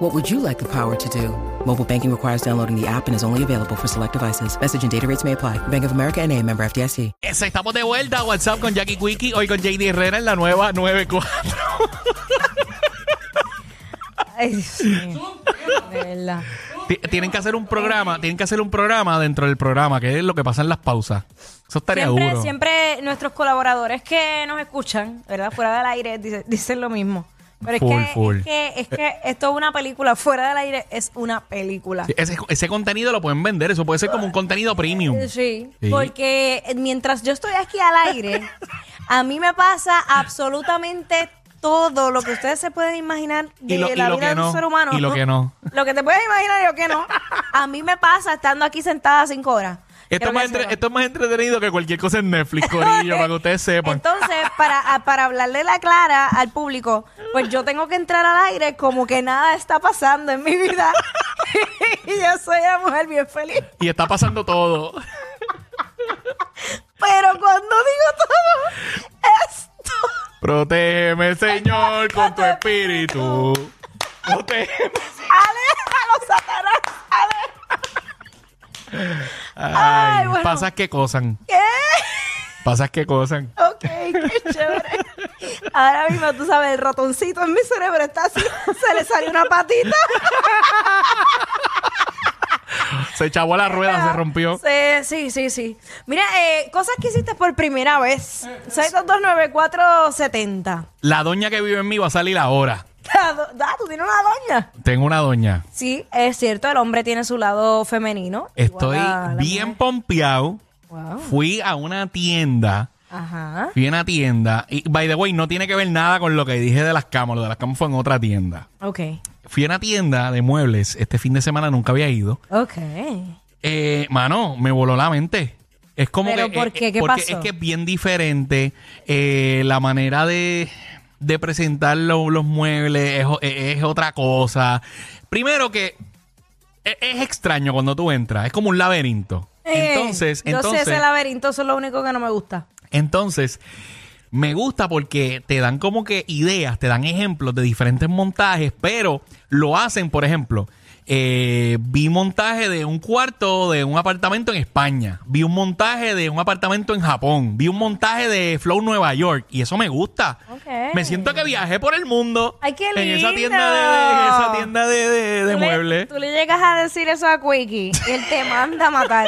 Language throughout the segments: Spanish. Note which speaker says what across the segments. Speaker 1: What would you like the power to do? Mobile banking requires downloading the app and is only available for select devices. Message and data rates may apply. Bank of America and a member FDIC.
Speaker 2: Eso, estamos de vuelta a WhatsApp con Jackie Quickie, hoy con JD Herrera en la nueva 94.
Speaker 3: Ay, Dios mío. De verdad.
Speaker 2: Ti- Tienen que hacer un programa, tienen que hacer un programa dentro del programa, que es lo que pasa en las pausas. Eso estaría
Speaker 3: Siempre,
Speaker 2: duro.
Speaker 3: siempre nuestros colaboradores que nos escuchan, ¿verdad? Fuera del aire, dice- dicen lo mismo. Pero es,
Speaker 2: Full,
Speaker 3: que,
Speaker 2: full.
Speaker 3: es que es que esto es una película. Fuera del aire es una película.
Speaker 2: Sí, Ese, ese contenido lo pueden vender, eso puede ser como un contenido premium.
Speaker 3: Sí,
Speaker 2: Sí.
Speaker 3: porque mientras yo estoy aquí al aire, a mí me pasa absolutamente todo lo que ustedes se pueden imaginar de
Speaker 2: Y lo- y
Speaker 3: la
Speaker 2: lo
Speaker 3: vida
Speaker 2: que
Speaker 3: de un
Speaker 2: no,
Speaker 3: ser humano.
Speaker 2: y lo que no.
Speaker 3: Lo que te puedes imaginar y lo que no. A mí me pasa estando aquí sentada cinco horas.
Speaker 2: Esto
Speaker 3: Quiero
Speaker 2: es, más
Speaker 3: que
Speaker 2: entre-
Speaker 3: sepa.
Speaker 2: esto es más entretenido que cualquier cosa en Netflix, Corillo, para que ustedes sepan.
Speaker 3: Entonces, para, a- para hablarle la clara al público, pues yo tengo que entrar al aire como que nada está pasando en mi vida. y yo soy una mujer bien feliz.
Speaker 2: Y está pasando todo.
Speaker 3: Pero cuando digo todo, esto.
Speaker 2: Protégeme, Señor, con tu espíritu. Protégeme.
Speaker 3: ¡Aléjalo, Satanás! ¡Aléjalo!
Speaker 2: Ay,
Speaker 3: Ay, bueno.
Speaker 2: pasas que cosan.
Speaker 3: ¿Qué?
Speaker 2: Pasas que cosan.
Speaker 3: Ok, qué chévere. Ahora mismo, tú sabes, el ratoncito en mi cerebro está así. Se le salió una patita.
Speaker 2: Se chavó la rueda, se rompió.
Speaker 3: Sí, sí, sí, sí. Mira, eh, cosas que hiciste por primera vez. 6229470.
Speaker 2: La doña que vive en mí va a salir ahora.
Speaker 3: La do- Ah, tú tienes una doña.
Speaker 2: Tengo una doña.
Speaker 3: Sí, es cierto, el hombre tiene su lado femenino.
Speaker 2: Estoy
Speaker 3: Igual a la
Speaker 2: bien
Speaker 3: mujer. Oh.
Speaker 2: pompeado.
Speaker 3: Wow.
Speaker 2: Fui a una tienda.
Speaker 3: Ajá.
Speaker 2: Fui a una tienda. Y, by the way, no tiene que ver nada con lo que dije de las camas. Lo de las camas fue en otra tienda.
Speaker 3: Ok.
Speaker 2: Fui a una tienda de muebles. Este fin de semana nunca había ido.
Speaker 3: Ok.
Speaker 2: Eh, mano, me voló la mente. Es como
Speaker 3: ¿Pero
Speaker 2: que.
Speaker 3: por
Speaker 2: eh,
Speaker 3: qué? ¿Qué
Speaker 2: porque
Speaker 3: pasó?
Speaker 2: es que es bien diferente eh, la manera de, de presentar lo- los muebles, es, o- es- es otra cosa. Primero que e- es, extraño cuando tú entras, es como un laberinto.
Speaker 3: Eh,
Speaker 2: Entonces,
Speaker 3: yo
Speaker 2: entonces,
Speaker 3: sé ese laberinto, eso es lo único que no me gusta.
Speaker 2: entonces, me gusta porque te dan como que ideas, te dan ejemplos de diferentes montajes, pero lo hacen, por ejemplo, eh, vi montaje de un cuarto de un apartamento en España, vi un montaje de un apartamento en Japón, vi un montaje de Flow Nueva York y eso me gusta.
Speaker 3: Ok.
Speaker 2: Me siento que viajé por el mundo
Speaker 3: Ay, qué
Speaker 2: en esa
Speaker 3: lindo.
Speaker 2: tienda de, en esa tienda de, de- de
Speaker 3: Tú le-
Speaker 2: muebles.
Speaker 3: tú le llegas a decir eso a Quickie, él te manda a matar.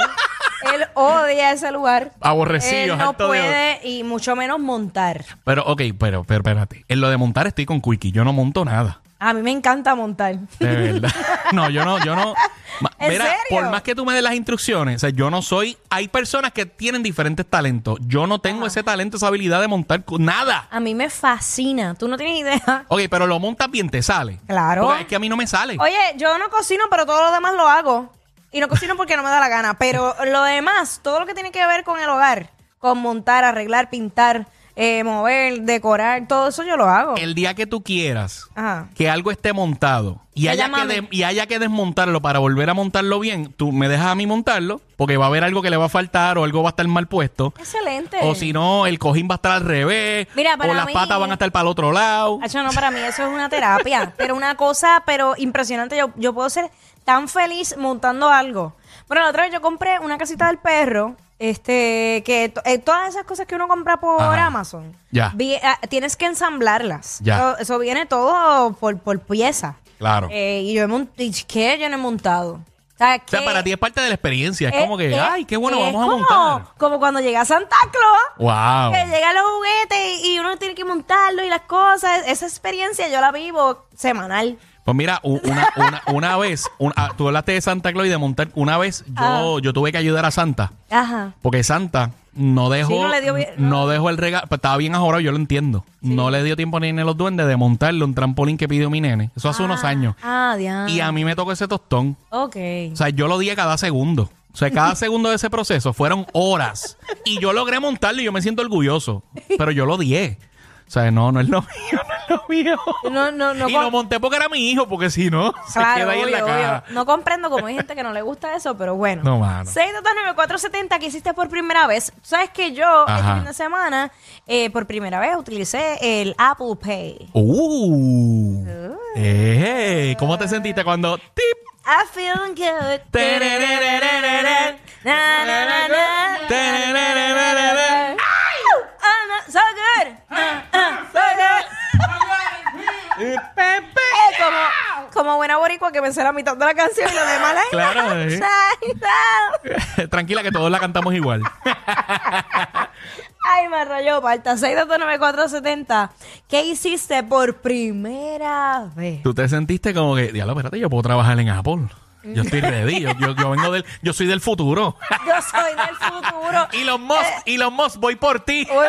Speaker 3: él odia ese lugar.
Speaker 2: Aborrecido,
Speaker 3: Él no
Speaker 2: harto de-
Speaker 3: puede y mucho menos montar.
Speaker 2: Pero, ok, pero, pero espérate. En lo de montar estoy con Quickie, yo no monto nada.
Speaker 3: A mí me encanta montar.
Speaker 2: De verdad. No, yo no, yo no. Ma-
Speaker 3: ¿En
Speaker 2: Mira,
Speaker 3: serio?
Speaker 2: por más que tú me des las instrucciones, o sea, yo no soy. Hay personas que tienen diferentes talentos. Yo no tengo ese talento, esa habilidad de montar co- nada.
Speaker 3: A mí me fascina. Tú no tienes idea.
Speaker 2: Ok, pero lo montas bien, te sale.
Speaker 3: Claro.
Speaker 2: Porque es que a mí no me sale.
Speaker 3: Oye, yo no cocino, pero todo lo demás lo hago. Y no cocino porque no me da la gana. Pero lo demás, todo lo que tiene que ver con el hogar, con montar, arreglar, pintar, eh, mover, decorar, todo eso yo lo hago.
Speaker 2: El día que tú quieras
Speaker 3: Ajá.
Speaker 2: que algo esté montado y
Speaker 3: Me
Speaker 2: haya,
Speaker 3: llama
Speaker 2: que
Speaker 3: a mí.
Speaker 2: de- y haya que desmontarlo para volver a montarlo bien, tú me dejas a mí montarlo porque va a haber algo que le va a faltar o algo va a estar mal puesto.
Speaker 3: Excelente.
Speaker 2: O si no, el cojín va a estar al revés.
Speaker 3: Este. Mira,
Speaker 2: o
Speaker 3: para
Speaker 2: las
Speaker 3: mí-
Speaker 2: patas van a estar para el otro lado.
Speaker 3: Hacho, no, para mí eso es una terapia. pero una cosa, pero impresionante. Yo, yo puedo ser tan feliz montando algo. Bueno, la otra vez yo compré una casita del perro. Este, que to- eh, todas esas cosas que uno compra por
Speaker 2: Ajá.
Speaker 3: Amazon,
Speaker 2: Ya.
Speaker 3: vi- ah, tienes que ensamblarlas.
Speaker 2: Ya.
Speaker 3: Eso, eso viene todo por, por pieza.
Speaker 2: Claro.
Speaker 3: Eh, y yo he montado. ¿Qué? Yo no he montado. O sea,
Speaker 2: O sea,
Speaker 3: que-
Speaker 2: para ti es parte de la experiencia. Es,
Speaker 3: eh,
Speaker 2: como que,
Speaker 3: eh,
Speaker 2: ay, qué bueno,
Speaker 3: es
Speaker 2: vamos a
Speaker 3: como-
Speaker 2: montar.
Speaker 3: Como cuando llega Santa Claus.
Speaker 2: Wow.
Speaker 3: Que llegan los juguetes y y uno tiene que montarlo y las cosas. Esa experiencia yo la vivo semanal.
Speaker 2: Pues mira, u- una, una, una vez, un- ah, tú hablaste de Santa Claus y de montar. Una vez
Speaker 3: Ah.
Speaker 2: yo, yo tuve que ayudar a Santa.
Speaker 3: Ajá.
Speaker 2: Porque Santa no dejó,
Speaker 3: Sí,
Speaker 2: no,
Speaker 3: no le dio bien-
Speaker 2: dejó el regalo. pues estaba bien ahora, yo lo entiendo. No le dio tiempo ni a los duendes de montarle un trampolín que pidió mi nene. Eso hace unos años.
Speaker 3: Ah, diablo.
Speaker 2: Y a mí me tocó ese tostón.
Speaker 3: Ok.
Speaker 2: O sea, yo lo di a cada segundo. O sea, cada segundo de ese proceso fueron horas. Y yo logré montarlo y yo me siento orgulloso. Pero yo lo odié. O sea, no, no es lo mío, no es lo mío.
Speaker 3: No, no, no.
Speaker 2: y
Speaker 3: con-
Speaker 2: lo monté porque era mi hijo, porque si no, se
Speaker 3: Claro,
Speaker 2: queda ahí en la
Speaker 3: obvio, obvio.
Speaker 2: cara.
Speaker 3: No comprendo cómo hay gente que no le gusta eso, pero bueno.
Speaker 2: No, mano.
Speaker 3: 6229470 que hiciste por primera vez. Sabes que yo este
Speaker 2: Ajá.
Speaker 3: fin de semana, eh, por primera vez, utilicé el Apple Pay.
Speaker 2: Uh. Eh, ¿Cómo te sentiste cuando tip,
Speaker 3: I feel good.
Speaker 2: Terererererere.
Speaker 3: Na, na, na, na.
Speaker 2: Terererererere.
Speaker 3: Oh, no, so good. Ah, ah, so good.
Speaker 2: eh, pepe?
Speaker 3: Eh, como, como buena boricua que pensé la mitad de la canción y lo demás la
Speaker 2: Claro, eh. Tranquila que todos la cantamos igual.
Speaker 3: Ay, me rayó, falta 6229470. ¿Qué hiciste por primera vez?
Speaker 2: Tú te sentiste como que, diablo, espérate, yo puedo trabajar en Apple. Yo estoy ready, yo, yo- yo vengo del, yo soy del futuro.
Speaker 3: Yo soy del futuro. Eh,
Speaker 2: Y los Musk, y los Musk, voy por ti.
Speaker 3: Oye.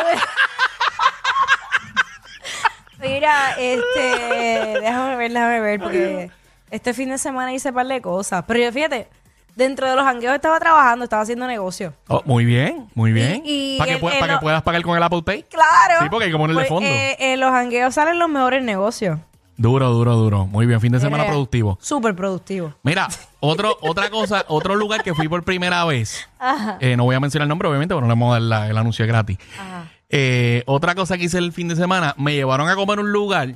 Speaker 3: Mira, este, déjame ver, déjame ver, porque este fin de semana hice un par de cosas. Pero yo, fíjate, dentro de los jangueos estaba trabajando, estaba haciendo negocio.
Speaker 2: Oh, muy bien, muy bien.
Speaker 3: Y- y
Speaker 2: Para que,
Speaker 3: el-
Speaker 2: pue-
Speaker 3: el
Speaker 2: pa' que
Speaker 3: no-
Speaker 2: puedas pagar con el Apple Pay.
Speaker 3: Claro.
Speaker 2: Sí, porque hay que ponerle
Speaker 3: Pues,
Speaker 2: fondo.
Speaker 3: eh, en los jangueos salen los mejores negocios.
Speaker 2: Duro, duro, duro. Muy bien, fin de semana
Speaker 3: Eh,
Speaker 2: productivo.
Speaker 3: Súper productivo.
Speaker 2: Mira, otro, otra cosa, otro lugar que fui por primera vez.
Speaker 3: Ajá.
Speaker 2: Eh, no voy a mencionar el nombre, obviamente, porque no le vamos a dar la- el anuncio gratis.
Speaker 3: Ajá.
Speaker 2: Eh, otra cosa que hice el fin de semana, me llevaron a comer un lugar.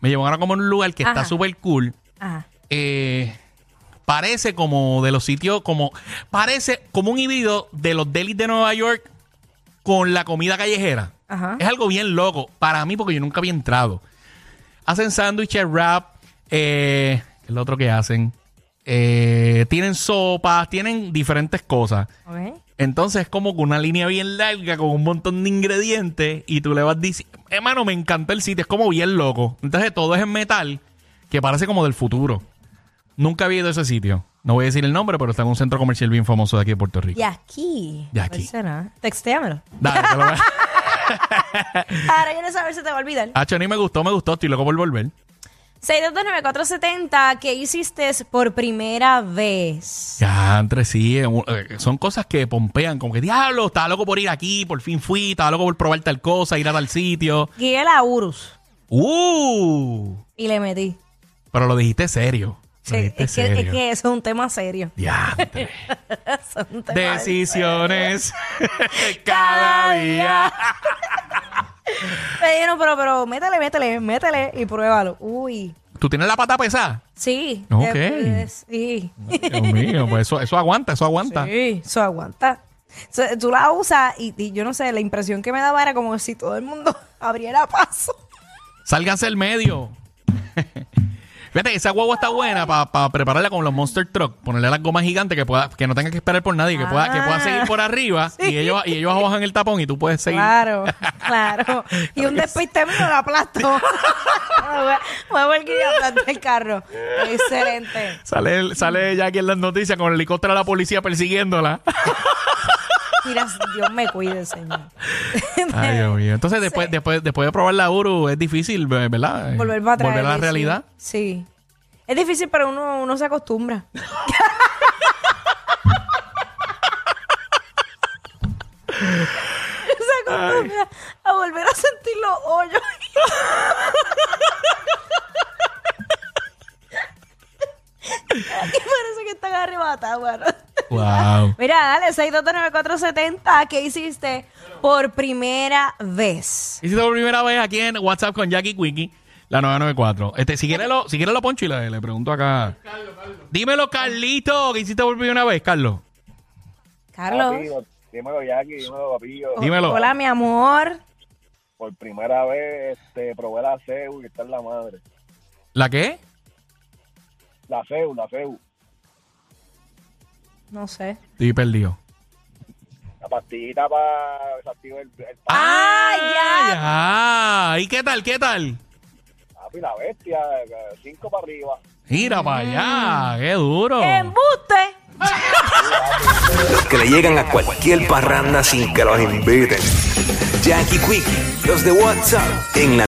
Speaker 2: Me llevaron a comer un lugar que
Speaker 3: Ajá.
Speaker 2: está súper cool.
Speaker 3: Ajá.
Speaker 2: eh, parece como de los sitios, como parece como un híbrido de los delis de Nueva York con la comida callejera.
Speaker 3: Ajá.
Speaker 2: Es algo bien loco para mí porque yo nunca había entrado. Hacen sándwiches, wrap, eh, ¿qué es lo otro que hacen? Eh, tienen sopas, tienen diferentes cosas.
Speaker 3: Ok.
Speaker 2: Entonces es como que una línea bien larga con un montón de ingredientes y tú le vas diciendo, hermano, me encanta el sitio, es como bien loco. Entonces todo es en metal que parece como del futuro. Nunca había ido a ese sitio. No voy a decir el nombre, pero está en un centro comercial bien famoso de aquí de Puerto Rico.
Speaker 3: Y aquí.
Speaker 2: Y aquí.
Speaker 3: ¿Cuál será? Textéamelo.
Speaker 2: Dale, te lo voy a-
Speaker 3: Ahora yo no saber si te va a olvidar.
Speaker 2: Hacho, ni me gustó, me gustó, estoy loco por volver.
Speaker 3: 6229470, ¿qué hiciste por primera vez?
Speaker 2: Ya, entre sí, eh, un- eh, son cosas que pompean, como que diablo, estaba loco por ir aquí, por fin fui, estaba loco por probar tal cosa, ir a tal sitio.
Speaker 3: Guié la Urus
Speaker 2: ¡Uh!
Speaker 3: y le metí.
Speaker 2: Pero lo dijiste serio. Lo
Speaker 3: Sí,
Speaker 2: dijiste
Speaker 3: es, que, es
Speaker 2: serio.
Speaker 3: que eso es un tema serio.
Speaker 2: Diantre.
Speaker 3: Eso es un tema
Speaker 2: Decisiones cada día.
Speaker 3: Me dijeron, pero, pero métele, métele, métele y pruébalo. Uy,
Speaker 2: ¿Tú tienes la pata pesada?
Speaker 3: sí.
Speaker 2: Ok.
Speaker 3: de- sí.
Speaker 2: Dios mío, pues eso, eso aguanta, eso aguanta.
Speaker 3: Sí, eso aguanta. So, tú la usas y, y yo no sé, la impresión que me daba era como si todo el mundo abriera paso.
Speaker 2: Sálganse del medio. Fíjate, esa guagua está buena para prepararla con los Monster Truck. Ponerle las gomas gigantes que pueda, que no tenga que esperar por nadie, que pueda, que pueda
Speaker 3: Ah.
Speaker 2: seguir por arriba y ellos, y ellos bajan el tapón y tú puedes seguir.
Speaker 3: Claro, claro. Y un despiste mío lo aplasto. Muevo el guía y aplasto el carro. Excelente.
Speaker 2: Sale, el- sale ella aquí en las noticias con el helicóptero de la policía persiguiéndola.
Speaker 3: Mira, Dios me cuide, señor.
Speaker 2: Ay, Dios mío. Entonces, después, después, después de probar la Uru, es difícil, ¿verdad?
Speaker 3: Volver para atrás.
Speaker 2: Volver a la
Speaker 3: sí.
Speaker 2: realidad.
Speaker 3: Sí. Es difícil, pero uno, uno se acostumbra. se acostumbra a volver a sentir los hoyos. Aquí parece que están arrebatados, bueno.
Speaker 2: Wow.
Speaker 3: Mira, dale, 6229470. ¿Qué hiciste por primera vez?
Speaker 2: Hiciste por primera vez aquí en WhatsApp con Jackie Quickie, la 994. Este, si quieres lo, si quieres lo poncho y le, le pregunto acá. Dímelo, Carlito, que hiciste por primera vez, Carlos.
Speaker 3: Carlos.
Speaker 4: Papi, dímelo, Jackie, dímelo, papillo.
Speaker 2: Oh. dímelo.
Speaker 3: Hola, mi amor.
Speaker 4: Por primera vez este, probé la CEU y está en la madre.
Speaker 2: ¿La qué?
Speaker 4: La CEU, la CEU,
Speaker 3: No sé.
Speaker 2: Estoy perdido.
Speaker 4: la pastillita para desactivar el, el
Speaker 2: ¡Ah, ya! ¿Y qué tal? ¿Qué tal?
Speaker 4: papi, la bestia, eh, cinco para arriba.
Speaker 2: Mira para allá, qué duro.
Speaker 3: ¡Embuste!
Speaker 5: los que le llegan a cualquier parranda sin que los inviten. Jackie Quickie, los de WhatsApp en la